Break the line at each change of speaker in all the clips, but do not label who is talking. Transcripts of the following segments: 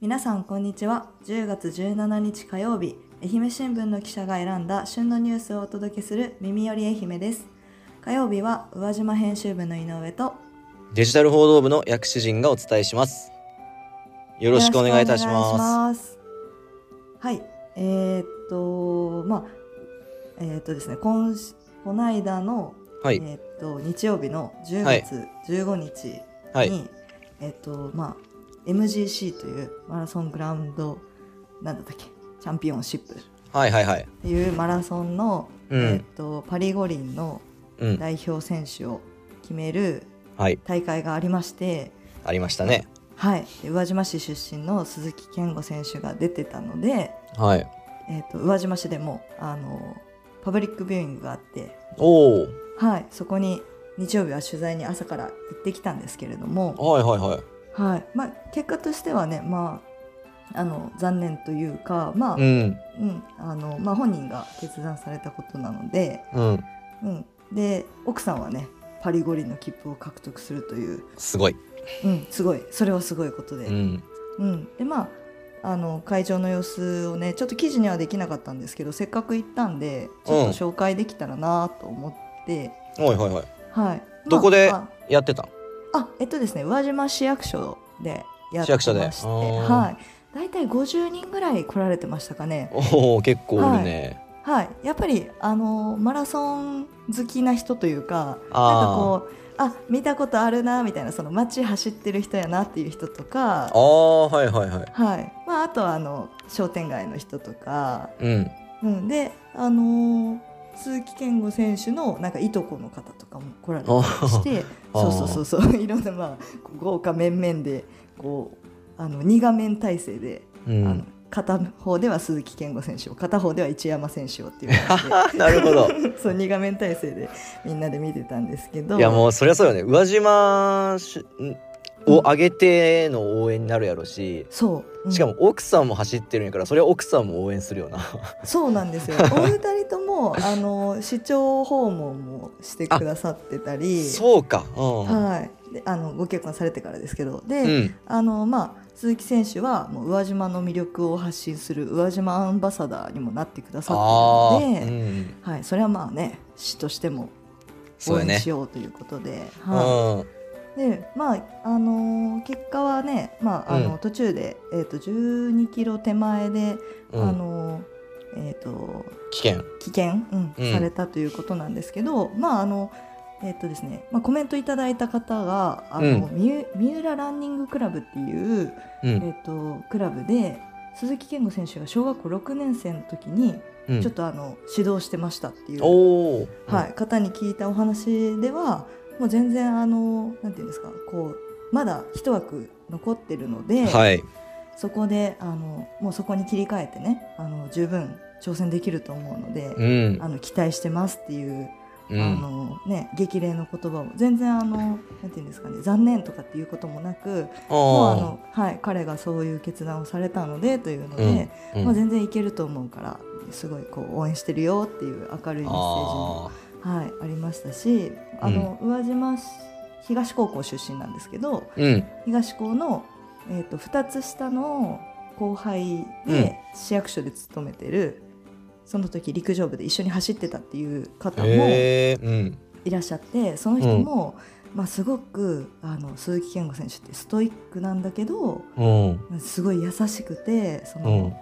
皆さんこんにちは10月17日火曜日愛媛新聞の記者が選んだ旬のニュースをお届けする耳より愛媛です火曜日は宇和島編集部の井上と
デジタル報道部の薬師陣がお伝えします。よろしくお願いいたし
よろくお
ま
願いしますはいえー、っとまあえー、っとですね今しこの間の、
す。はい、
えー、っと日曜日の10月15日に、
はい、
えー、っとまあ MGC というマラソングラウンドなんだったっけチャンピオンシップっ
はい、はい、はい。
ていうマラソンの、
うん
えー、っとパリ五輪の
うん、
代表選手を決める
はい、
大会がありまして、
ありましたね。
はい、で宇和島市出身の鈴木健吾選手が出てたので、
はい。
えー、と宇和島市でもあのパブリックビューイングがあって、
おお、
はい、そこに日曜日は取材に朝から行ってきたんですけれども、
はい、はい、はい。
はいまあ、結果としてはね、まあ、あの残念というか、まあう
うんん、
あのまあ、本人が決断されたことなので,、
うん、
うん、で奥さんはねパリ五輪の切符を獲得するという、
すごい。
うん、すごいそれはすごいことで。
うん、
うん、でまああの会場の様子をねちょっと記事にはできなかったんですけどせっかく行ったんでちょっと紹介できたらなと思って、
はい、はい、は
はい、
どこで
ま
い。やってた。
ああえっとですね宇和島市役所でやってま
市役
して
所であー
はい、大体50人ぐらい来られてましたかね、
おお、結構いるね。
はい、やっぱりあのマラソン好きな人というか
あー
なんかこうあ見たことあるなみたいなその街走ってる人やなっていう人とか
ああ、はい、はい、はい。
はいまあ、あとはあの商店街の人とか、
うん、
うん、で、あのー鈴木健吾選手のなんかいとこの方とかも来られたりして
あー
そうそうそうそう いろんな、まあ、こう豪華面々でこうあの2画面体制で、
う
あの
ん。
片方では鈴木健吾選手を片方では一山選手をっていう感 じで
なるほど。
そう2画面体制でみんなで見てたんですけど
いやもうそりゃそうよね宇和島しんを上げての応援になるやろし、
そう、うん
しかも奥さんも走ってるんやからそれは奥さんも応援するよな
そうなんです よ。お二人ともあの市長訪問もしてくださってたり、
そうかう
はい、であのご結婚されてからですけど、で、
ん、うん、
あのまあ鈴木選手はもう宇和島の魅力を発信する宇和島アンバサダーにもなってくださ
あ
っ
あ
ている
う
ので、
ん、
はい、それはまあね市としても
そう
応
や
援
ね
しようということで、
う
はい。
ん
でまああのー結果はね、まああの
うん
途中で、えー、と12キロ手前で、
うん
あのーえっ、と
危険
危険、うん
うん
されたということなんですけど、まああのえっとですね、まあ、コメントいただいた方があの、みゆ三浦ランニングクラブっていう、
う
え
ん、
っとクラブで鈴木健吾選手が小学校6年生の時に
うん、
ちょっとあの指導してましたっていう、
おお
はい、方に聞いたお話ではもう全然あのなんていうんですかこうまだ一枠残ってるので、
はい
そこであのもうそこに切り替えてねあの十分挑戦できると思うので。
うん
あの期待してますっていう、
う
あ
ん
のね、激励の言葉を全然あのなんていうんですかね残念とかっていうこともなくもうあ
あ
の、はい、彼がそういう決断をされたのでというの
う
で、
ー
もう
うん
全然いけると思うからすごいこう応援してるよっていう明るいメッセージも
あ
あ,、はい、ありましたしあの、宇和島市東高校出身なんですけど
ーうん
東高の、えー、と2つ下の後輩で市役所で勤めてる、その時陸上部で一緒に走ってたっていう方もい
へえうん
らっしゃってその人も、まあ、すごくあの鈴木健吾選手ってストイックなんだけど
うん
すごい優しくてそうの、
ん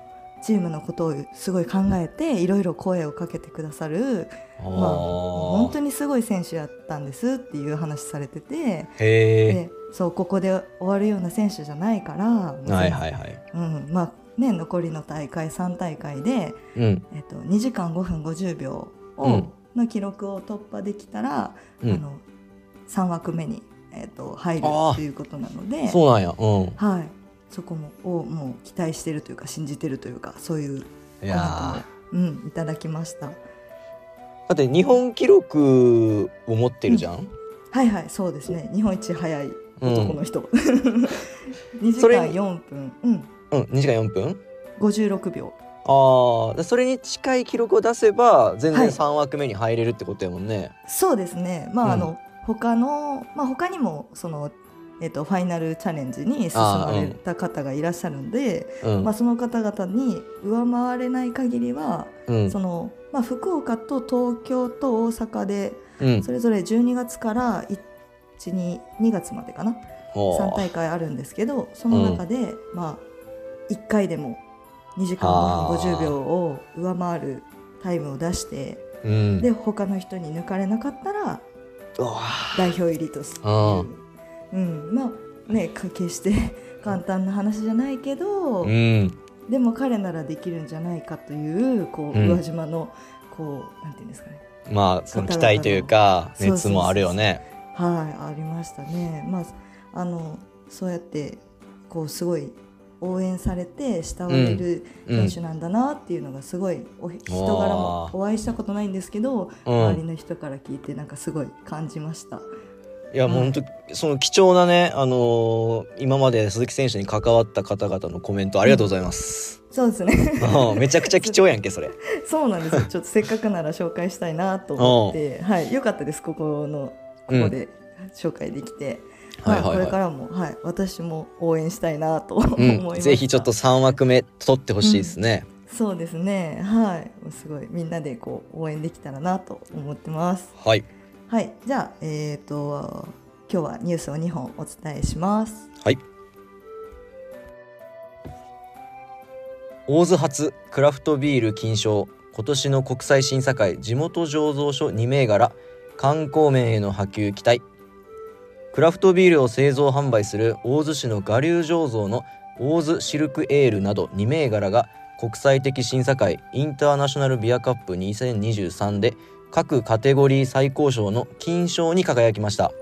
チームのことをすごい考えていろいろ声をかけてくださる、
あ
まあ、本当
に
にすごい選手やったんですっていう話されてて。
へえ
でそうここで終わるような選手じゃないから、
はいはいはい
うんまあね、残りの大会3大会で、
うん
えっと、2時間5分50秒を、
うん
の記録を突破できたら、
う
あ
ん
の3枠目に、えっと、入る
あー
ということなので
そうなんやうん
はい、そこもをもう期待してるというか信じてるというかそういう
い
コメント
やー
も、うん、いただきました。
だって日本記録を持ってるじゃん、
はいはいそうですね日本一早い男の人、2時
それ
間4分、うん、
うん2時間4分
56秒
ああそれに近い記録を出せば全
は
然
い
3枠目に入れるってことやもんね、
そうですね。まあ、
うん
あの他のまあ他にもそのえっとファイナルチャレンジに進まれた方がいらっしゃるんで、
うん
まあ、その方々に上回れない限りは、
うん
そのまあ、福岡と東京と大阪で
うん
それぞれ12月から12 2月までかな
ほう
3大会あるんですけどその中で、まあ、1回でも2時間5分50秒を上回るタイムを出して
うん
で他の人に抜かれなかったら
うわー
代表入りとする
ああ
うん、まあねか決して 簡単な話じゃないけど、
うん
でも彼ならできるんじゃないかというこう
うん
宇和島のこうなんていうんですかね
まあその期待というか
そうそうそ
熱
う
もあるよね
はいありましたね。まああのそうやってこうすごい応援されて慕われる
うん
選手なんだなっていうのがすごいお人柄も
わあ
お会いしたことないんですけど、
うん
周りの人から聞いてなんかすごい感じました。
いや
うん
もう本当その貴重なねあのー今まで鈴木選手に関わった方々のコメントありがとうござ います
そうですね。
うんめちゃくちゃ貴重やんけそれ
そうなん ですよ。ちょっとせっかくなら紹介したいなと思って、はい、良かったです。ここのここで紹介できて、
はい
まあ
はい
これ
は
からもはい、私も応援したいなと思
い
いま
うん
した。
ぜひちょっと3枠目取ってほしいですね
そうですね。はい、すごいみんなでこう応援できたらなと思ってます。
はい
はい、じゃあえっ、と今日はニュースを2本お伝えします。
はい大津発クラフトビール金賞今年の国際審査会地元醸造所2銘柄観光面への波及期待クラフトビールを製造販売する大津市の我流醸造の大津シルクエールなど2銘柄が国際的審査会インターナショナルビアカップ2023で各カテゴリー最高賞の金賞に輝きました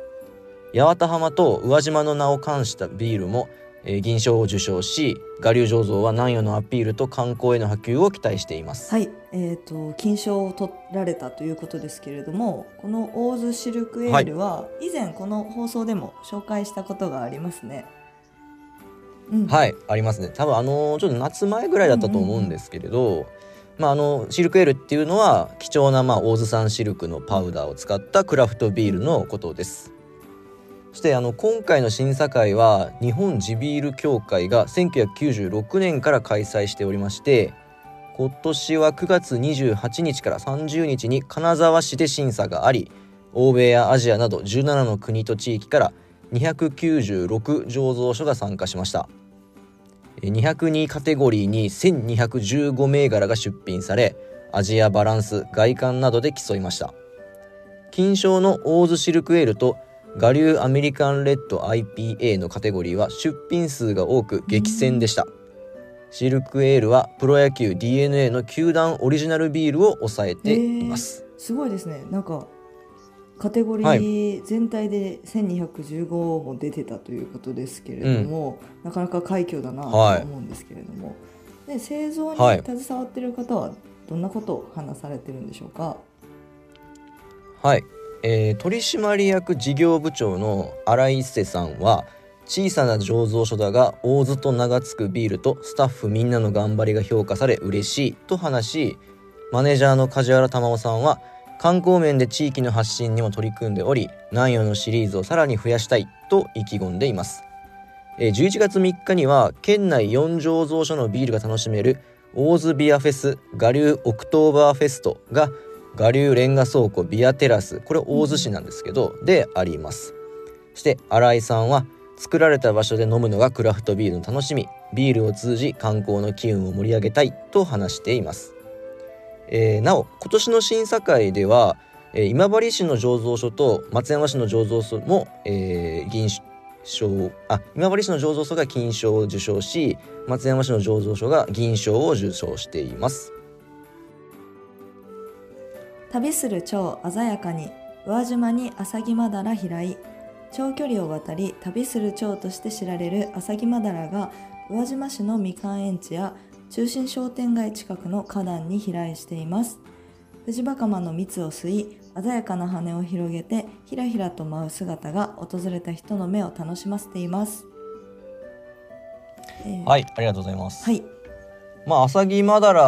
八幡浜と宇和島の名を冠したビールも、えー銀賞を受賞し我流醸造は南予のアピールと観光への波及を期待しています、
はい、えっ、と金賞を取られたということですけれども、この大津シルクエールは以前この放送でも紹介したことがありますね。うん、い、
はいありますね多分あのーちょっと夏前ぐらいだったと思うんですけれど、まあ、あのシルクエールっていうのは貴重な、まあ、大津産シルクのパウダーを使ったクラフトビールのことですそしてあの今回の審査会は日本地ビール協会が1996年から開催しておりまして今年は9月28日から30日に金沢市で審査があり欧米やアジアなど17の国と地域から296醸造所が参加しましたえー202カテゴリーに1215銘柄が出品され味やバランス外観などで競いました金賞のオーズシルクエールと我流アメリカンレッド IPA のカテゴリーは出品数が多く激戦でしたシルクエールはプロ野球 d n a の球団オリジナルビールを抑えています、
すごいですね。なんかカテゴリー全体で1215も出てたということですけれども、なかなか快挙だなと
はい
思うんですけれども、で製造に
はい
携わってる方はどんなことを話されてるんでしょうか。
はい、えー取締役事業部長の新井一世さんは小さな醸造所だが大津と名が付くビールとスタッフみんなの頑張りが評価され嬉しいと話しマネージャーの梶原珠緒さんは観光面で地域の発信にも取り組んでおり南予のシリーズをさらに増やしたいと意気込んでいますえー11月3日には県内4醸造所のビールが楽しめる大津ビアフェス我流オクトーバーフェストが我流レンガ倉庫ビアテラスこれ大津市なんですけど、でありますそして新井さんは作られた場所で飲むのがクラフトビールの楽しみビールを通じ観光の機運を盛り上げたいと話しています、えーなお今年の審査会では、えー今治市の醸造所と松山市の醸造所も、えー銀賞あ今治市の醸造所が金賞を受賞し松山市の醸造所が銀賞を受賞しています
旅する蝶鮮やかに宇和島にアサギマダラ飛来長距離を渡り旅する蝶として知られるアサギマダラが宇和島市のみかん園地や中心商店街近くの花壇に飛来しています藤バカマの蜜を吸い鮮やかな羽を広げてひらひらと舞う姿が訪れた人の目を楽しませています、えー
はいありがとうございます
はい
まあ、アサギマダラ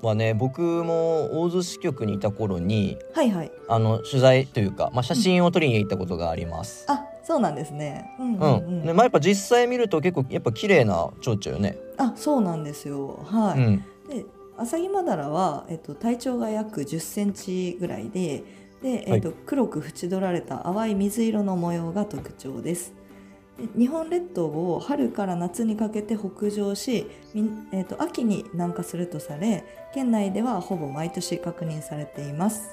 はね僕も大洲支局にいた頃に
はいはい
あの取材というか、まあ、写真を撮りに行ったことがあります。
あそうなんですね。うんう
うんん、
うん。
でまあやっぱ実際見ると結構やっぱ綺麗な蝶々よね、
あそうなんですよ。はい。
うん
でアサギマダラは、えっと、体長が約1 0センチぐらいでで、えっと黒く縁取られた淡い水色の模様が特徴です。で日本列島を春から夏にかけて北上し、みんえっと、秋に南下するとされ県内ではほぼ毎年確認されています。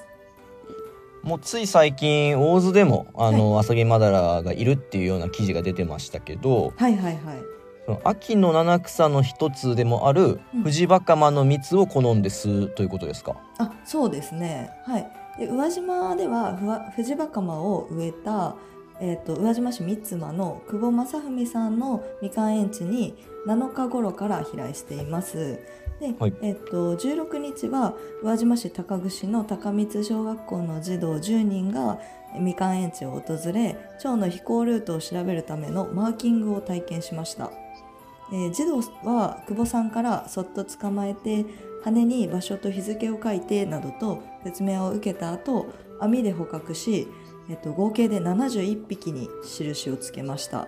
もうつい最近大津でもあの、アサギマダラがいるっていうような記事が出てましたけど
はいはいはい。
その秋の七草の一つでもある
うん
フジバカマの蜜を好んですうということですか、
あそうですねはいで宇和島ではふわ藤バカマを植えた、えー、と宇和島市三妻の久保正文さんのみかん園地に7日頃から飛来していますで、
はい
えー、と16日は宇和島市高串の高光小学校の児童10人がえみかん園地を訪れ蝶の飛行ルートを調べるためのマーキングを体験しましたえー児童は久保さんからそっと捕まえて羽に場所と日付を書いてなどと説明を受けた後網で捕獲し、えっと、合計で71匹に印をつけました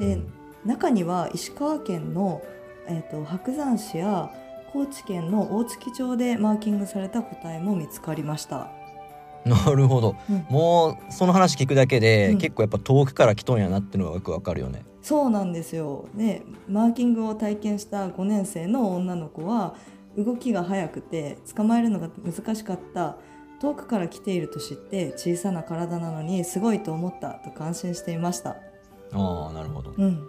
で中には石川県の、えっと、白山市や高知県の大月町でマーキングされた個体も見つかりました、
なるほど
うん
もうその話聞くだけで、
うん
結構やっぱ遠くから来とんやなっていうのがよくわかるよね。
そうなんですよでマーキングを体験した5年生の女の子は動きが速くて捕まえるのが難しかった遠くから来ていると知って小さな体なのにすごいと思ったと感心していました。
ああなるほど。
うん、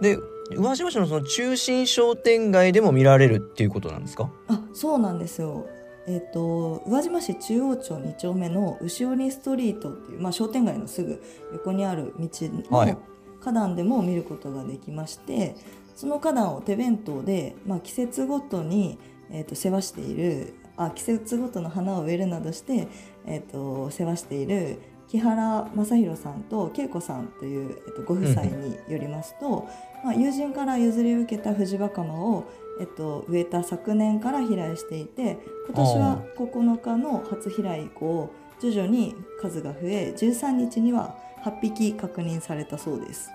で宇和島市のその中心商店街でも見られるっていうことなんですか
あそうなんですよ。えっと宇和島市中央町2丁目の牛鬼ストリートっていう、まあ、商店街のすぐ横にある道
は
の
い
花壇でも見ることができまして、その花壇を手弁当で、まあ、季節ごとに、えっと世話しているあ季節ごとの花を植えるなどして、えっと世話している木原正宏さんと恵子さんという、えっとご夫妻によりますと、まあ、友人から譲り受けた藤若間を、えっと、植えた昨年から飛来していて今年は9日の初飛来以降徐々に数が増え13日には8匹確認されたそうです。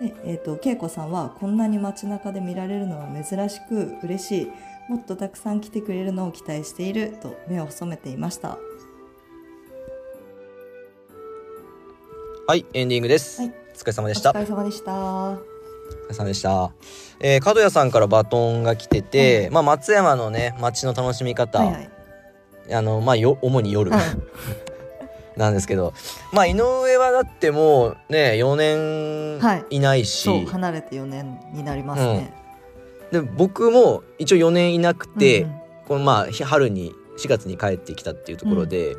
でえっと恵子さんはこんなに街中で見られるのは珍しく嬉しいもっとたくさん来てくれるのを期待していると目を細めていました。
はいエンディングです。
はい
お疲れ様で
お
した。お
疲れ様でした。
疲れ様でした。えー、角谷さんからバトンが来てて、まあ松山のね街の楽しみ方、
はいはい。
あのまあよ主に夜、
うん
なんですけど、まあ井上はだってもうね4
はい
年いないし、
そう離れて4年になりますね。
で僕も一応4年いなくて。
うんうん
このまあひ春に4月に帰ってきたっていうところで、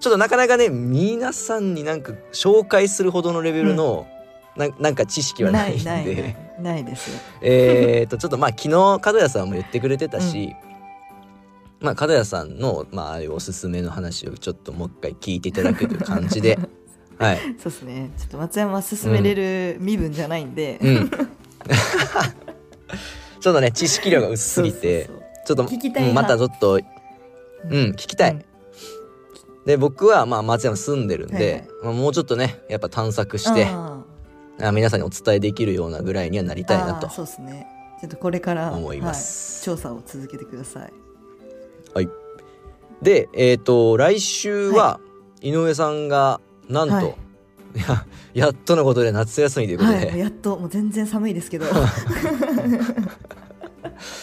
ちょっとなかなかね皆さんになんか紹介するほどのレベルの、ななんか知識はないんで
ないないないないですよ。
えーっとちょっとまあ昨日角谷さんも言ってくれてたし、まあ角谷さんの、まあ、ああいうおすすめの話をちょっともう一回聞いていただくという感 じではい、
そうですね。ちょっと松山は進めれる身分じゃないんで。
うん、 ちょっとね知識量が薄す
そう
ぎ
そうそう
てちょっと
聞きたいな
うんまたちょっとうん聞きたい、
うん
で僕はまあ松山住んでるんで、
はいはい
まあ、もうちょっとねやっぱ探索して
あ
あ皆さんにお伝えできるようなぐらいにはなり
ー
たいな
あー
と
そうですね。ちょっとこれから
思います
はい、調査を続けてください。
でえっ、と来週は井上さんがなんと、
はい
い、ややっとのことで夏休みということ
は
で、
い。やっともう全然寒いですけど。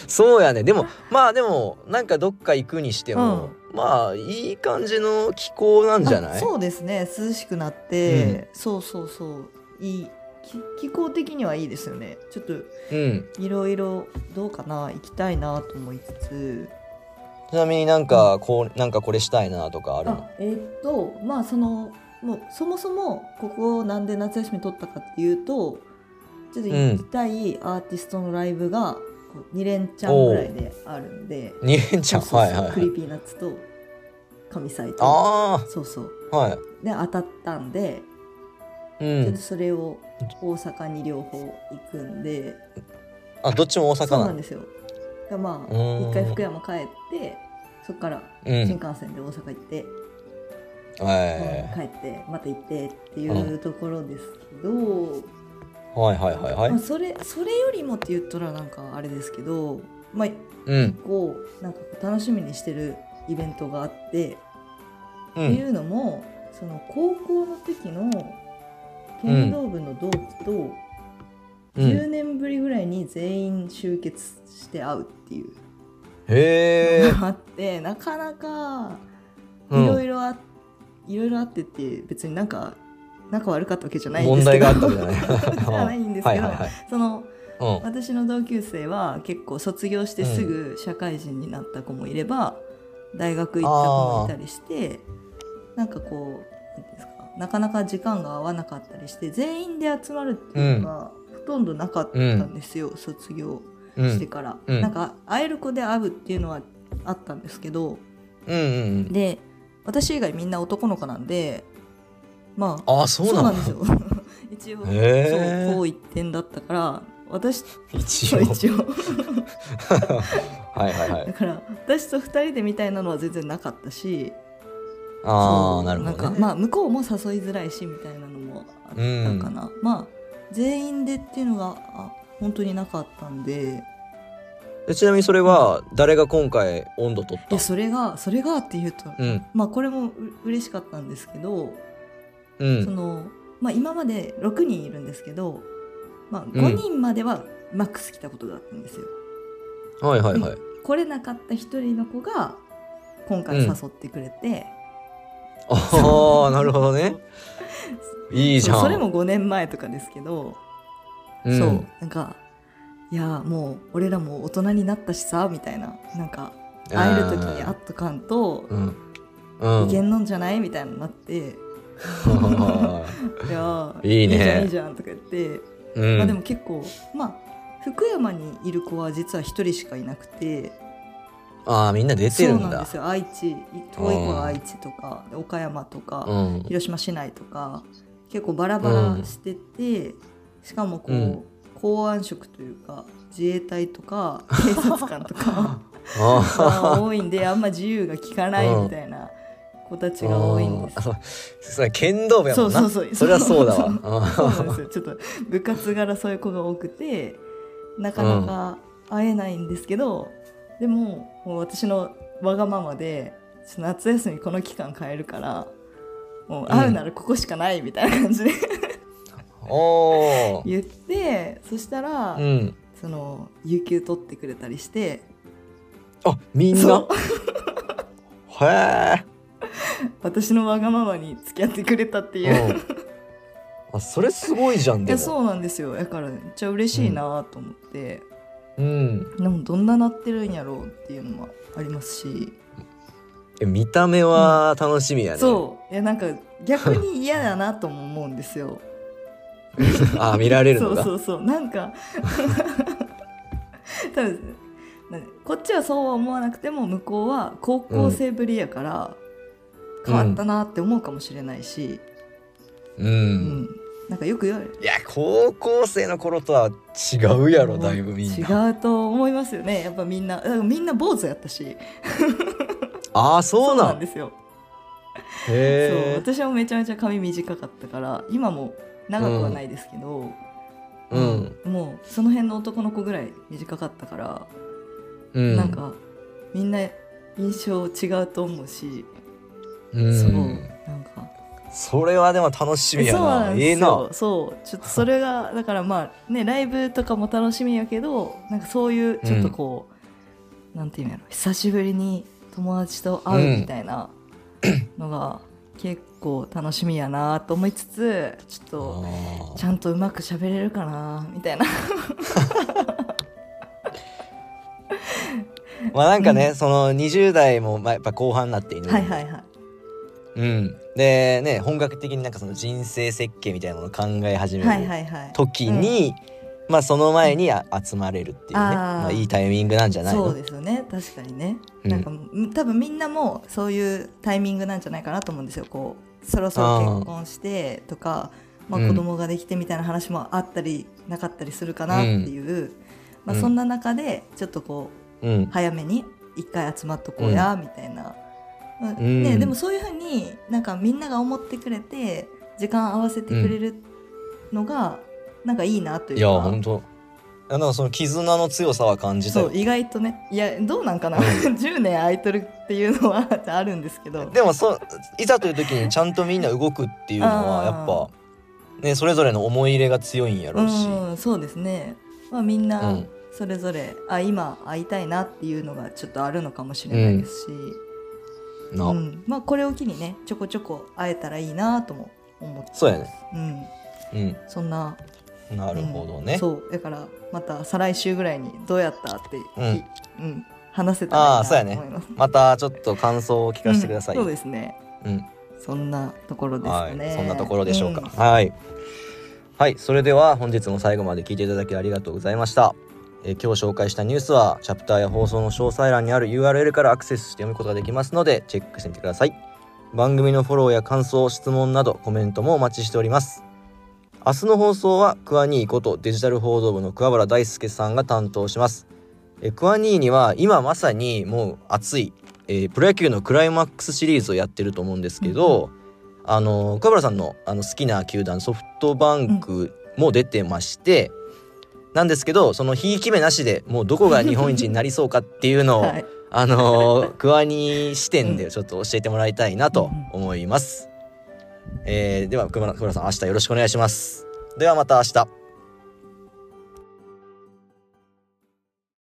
そうやねでもまあでもなんかどっか行くにしても、まあいい感じの気候なん じゃな
あ
い
そうですね。涼しくなって、そうそうそういい気気候的にはいいですよね。ちょっと
うん、
いろいろどうかな行きたいなと思いつつ。
ちなみになんかこうなんかこれしたいなとかあるの
あえーっとまあそのもうそもそもここをなんで夏休み取ったかっていうとちょっと行きたいアーティストのライブがこう2連チャンぐらいであるんで
二連ちゃん
そうそう
はい
そう
はいは
クリ
い
ーピーナッツと神サイと
あ
そうそう
あはい
で当たったんで、
う
ちょっ
ん
とそれを大阪に両方行くんで
あどっちも大阪
そう
な
なん
の
ですよがまあ
うーん
一回福山帰ってそっから
うん
新幹線で大阪行って、
え
帰ってまた行ってっていうところですけど、
ー、はいはいはいはい
まあ、それそれよりもって言ったらなんかあれですけど、まあ、
うん
こうなんかこう楽しみにしてるイベントがあって、
う
ってい
ん
うのもその高校の時の剣道部の同期と、
うん
10年ぶりぐらいに全員集結して会うっていう
へえ
のがあって、なかなかい
うん
ろいろあ、いろいろあってって別になんか仲悪かったわけじゃないんで
問
すけ
題
ど
があったんじゃない
じゃ ないんですけど、
はいはいはい
その
うん
私の同級生は結構卒業してすぐ社会人になった子もいれば、大学行った子もいたりしてなんかこうなんていうんですかなかなか時間が合わなかったりして全員で集まるっていうのが、ほとんどなかったんですよ、卒業
う
して
ん
から、
うん
なんか会える子で会うっていうのはあったんですけど
うんうん
で私以外みんな男の子なんでまあ
ああそうなん
で
だ
すよ 一応、
へー
そうこう一点だったから私
一
そ
応
う一応
はいはいは
だ
い
から私と二人でみたいなのは全然なかったし
あ
そ
あ
う
なるほど
ん
ね
かまあ向こうも誘いづらいしみたいなのもあったかな、まあ全員でっていうのがあ本当になかったんで
えちなみにそれは誰が今回温度取っ
い
た
やそれがそれがっていうと、
うん
まあこれもう嬉しかったんですけど、
う
そ
ん
のまあ、今まで6人いるんですけど、まあ、
ん
5人まではマックス来たことがあったんですよ。
はいはいはい、
来れなかった1人の子が今回誘ってくれて、
ああなるほどねいいじゃん
それも5年前とかですけど、
うん、
そうなんかいやもう俺らも大人になったしさみたいななんか会える時に会っとかんと
うんう
い
ん
けんのんじゃないみたいになって「いやー
いいね
じゃんいいじゃん」とか言って、
うん
まあ、でも結構まあ福山にいる子は実は1人しかいなくて
ああみんな出てる
そ
ん
うなん
だ
ですよ愛知遠い子は愛知とか岡山とか。
うん
広島市内とか結構バラバラしてて、しかもこう、
うん
公安職というか自衛隊と か警察官とか
あ
が多いんであんま自由が利かないみたいな子たち
ー
が多いんです。
あそれ剣道部やもんな
そうそうそう
それはそうだわ
そうそうなんで
あ
すよちょっと部活柄そういう子が多くてなかなか会えないんですけど、でももう私のわがままでちょっと夏休みこの期間変えるからもう会うならここしかないみたいな感じで
ーおー
言って、そしたら、
うん
その有給取ってくれたりして
あみんな
そ
へえ
私のわがままに付き合ってくれたっていう。
うんあそれすごいじゃん
い
で
や
も
そうなんですよだからめっちゃ嬉しいなと思って、
うん
でもどんななってるんやろうっていうのもありますし
え見た目は楽しみやね、
そういやなんか逆に嫌だなとも思うんです よ
あ見られる
そ
の
う
が
そうそうなんか 多分なんかこっちはそうは思わなくても向こうは高校生ぶりやから変わったなって思うかもしれないし、
う
うん
ん
なんかよく言われる
いや高校生の頃とは違うやろだいぶみんな
違うと思いますよねやっぱみんなだからみんな坊主やったし
ああそうなん
ですよそう
へえ
私もめちゃめちゃ髪短かったから今も長くはないですけど、
うん
もうその辺の男の子ぐらい短かったから、
うん
なんかみんな印象違うと思うし、
う
そうなんんか
それはでも楽しみや
そう
な
なん
え
で
え
す
な
よそうちょっとそれがだからまあねライブとかも楽しみやけどなんかそういうちょっとこう、なんていうんやろ久しぶりに友達と会うみたいなのが結構楽しみやなと思いつつちょっ
あ
と。
ー
ちゃんとうまく喋れるかなみたいな
まあなんかね、その20代もまあやっぱ後半になっている
はいはいはい
うん、でね本格的になんかその人生設計みたいなのを考え始め
はい
る
はいはい
時に、まあその前にあ集まれるっていうね
あー
まあ、いいタイミングなんじゃないの
そうですよね確かにね、
うん
なんかうん多分みんなもそういうタイミングなんじゃないかなと思うんですよこうそろそろ結婚してとかまあ、
うん
子供ができてみたいな話もあったりなかったりするかなっていう、まあ、
うん
そんな中でちょっとこう
うん
早めに一回集まっとこうやみたいなまあ
ん
ね、でもそういうふうになんかみんなが思ってくれて時間合わせてくれるのがなんかいいなとい
いうや
か、
本当いやなんかその絆の強さは感じた
そ
よ
う意外とねいやどうなんかな、
うん
10年空いてるっていうのはあるんですけど
でもそういざという時にちゃんとみんな動くっていうのは
あ
や
ー
っぱねそれぞれの思い入れが強いんやろうし、
うんそうですね、まあ、みん
う
なんそれぞれ、あ今会いたいなっていうのがちょっとあるのかもしれないですし、
な、
うんまあ、これを機にねちょこちょこ会えたらいいなとも思って
そうやね
うん、
う
そんなん
なるほど
う
ね
ん、そうだからまた再来週ぐらいにどうやったって、
うん
うん話せたら
あーそうや
いい
ね
なと思います。
またちょっと感想を聞かせてください、
うんそうですね。
うん
そんなところですかね。
はい、そんなところでしょうか、
ん
はいはいそれでは本日も最後まで聞いていただきありがとうございましたえー今日紹介したニュースはチャプターや放送の詳細欄にある URL からアクセスして読むことができますのでチェックしてみてください番組のフォローや感想質問などコメントもお待ちしております明日の放送はクアニーことデジタル報道部の桑原大輔さんが担当しますえークアニーには今まさにもう熱い、えープロ野球のクライマックスシリーズをやってると思うんですけど、あの桑原さんのあの好きな球団ソフトバンクも出てまして、なんですけどそのひいき目なしでもうどこが日本一になりそうかっていうのを、
はい、
あのクワニ視点でちょっと教えてもらいたいなと思います。えーでは桑原桑原さん明日よろしくお願いします。ではまた明日。